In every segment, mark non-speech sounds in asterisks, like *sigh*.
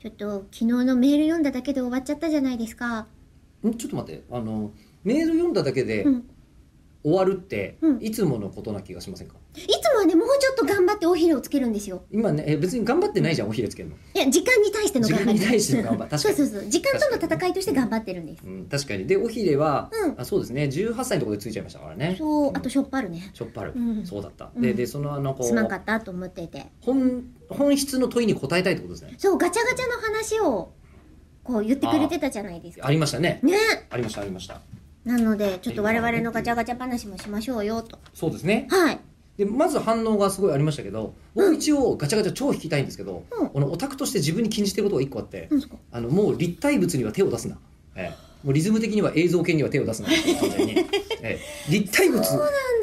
ちょっと昨日のメール読んだだけで終わっちゃったじゃないですか。んちょっと待ってあのメール読んだだけでうん。終わるって、うんいつものことな気がしませんかいつもはね、もうちょっと頑張ってお昼をつけるんですよ。今ねえ別に頑張ってないじゃんおひれつけるの、いや、時間に対しての頑張り。時間に対して *laughs* の頑張り確かにそうそうそう。時間との戦いとして頑張ってるんです。うん、確かにでおひれは、うんあそうですね18歳のところでついちゃいましたからねそう、んあとしょっぱるね。しょっぱる、うんそうだった、うんででそのあのこすまんかうったと思っていて。本本質の問いに答えたいってことですねそう、ガチャガチャの話を、こう言ってくれてたじゃないですか。ありましたねね。ありましたありましたなので、ちょっと我々のガチャガチャ話もしましょうよ、と。そうですねはい。でまず反応がすごいありましたけど僕一応ガチャガチャ超引きたいんですけど、うんこのオタクとして自分に禁じてることが一個あって、なんですかあのもう立体物には手を出すな、ええ、もうリズム的には映像系には手を出すな *laughs* 完全に、ええ、立体物だ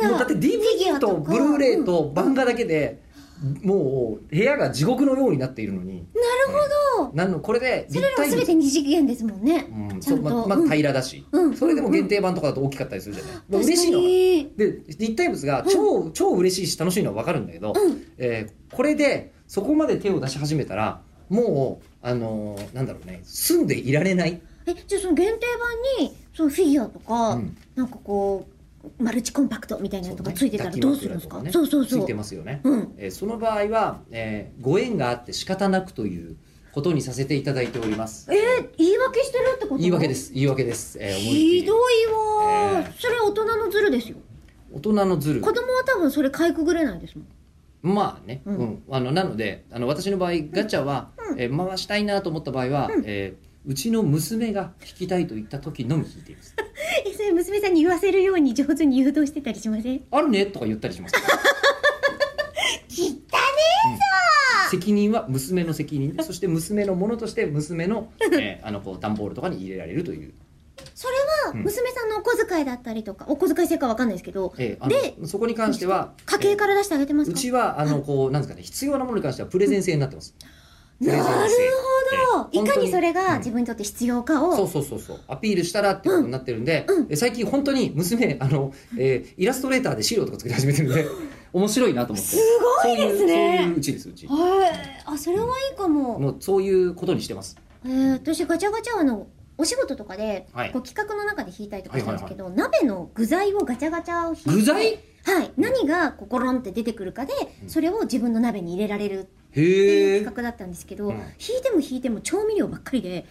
もうだってフィギュア DVD ととかブルーレイと漫画だけで、もう部屋が地獄のようになっているのなにるほど。なんのこれでそれ立らは体全物て二次元ですもんね。うん、ちゃそうんまと。まうんあ平らだし、うんそれでも限定版とかだと大きかったりするじゃない、まあ、確嬉かしいのはに。で立体物が超、超嬉しいし楽しいのは分かるんだけど、うん。えーこれでそこまで手を出し始めたらもうあのーなんだろうね住んでいられない、えじゃあその限定版にそのフィギュアとか、うんなんかこうマルチコンパクトみたいなのとかそうねついてたらどうするんですか抱き枕とかねそうそうつそいうてますよね、うんえーその場合は、えーご縁があって仕方なくということにさせていただいておりますえー、言い訳してるってこと言い訳です言い訳です、えー思いっきひりどいわー、えーそれ大人のズルですよ大人のズル子供は多分それかいくぐれないですもんまあね、ううんんあのなのであの私の場合ガチャは、えー回したいなと思った場合は、うえーうちの娘が引きたいと言った時のみ引いていますえそれ娘さんに言わせるように上手に誘導してたりしませんあるねとか言ったりしますきっ責任は娘の責任そして娘のものとして *laughs* 娘の, 、えーあのこう段ボールとかに入れられるという、それはうん娘さんのお小遣いだったりとかお小遣い制かわかんないですけどえーあのそこに関しては家計から出してあげてまえーすうかちはあのこうなんですかね必要なものに関してはプレゼン制になってます、プなレるゼン制ほどえーいかにそれ本当がうん自分にとって必要かを、そうそうそうそうアピールしたらっていうことになってるんで、うんうんえ最近本当に娘あの、えーイラストレーターで資料とか作り始めて *laughs* るんで面白いなと思ってすごいですねそういうそういううちですうちはい、あそれはいいかも、もうそういうことにしてますえー私ガチャガチャはあのお仕事とかで、はいこう企画の中で引いたりとかしたんですけど、鍋の具材をガチャガチャを引いて具材はい何がこうゴロンって出てくるかで、うんそれを自分の鍋に入れられるってへいうえ企画だったんですけど、うん引いても引いても調味料ばっかりで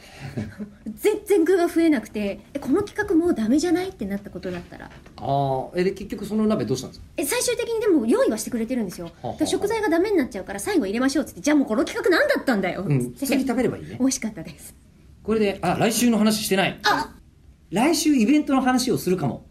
*laughs* 全然具が増えなくてえこの企画もうダメじゃないってなったことだったらあーえで結局その鍋どうしたんですかえ最終的にでも用意はしてくれてるんですよあはあだから食材がダメになっちゃうから最後入れましょうっつってじゃあもうこの企画何だったんだよっうん普つっ通て、に食べればいいね *laughs* 美味しかったですこれであ来週の話してないあ来週イベントの話をするかも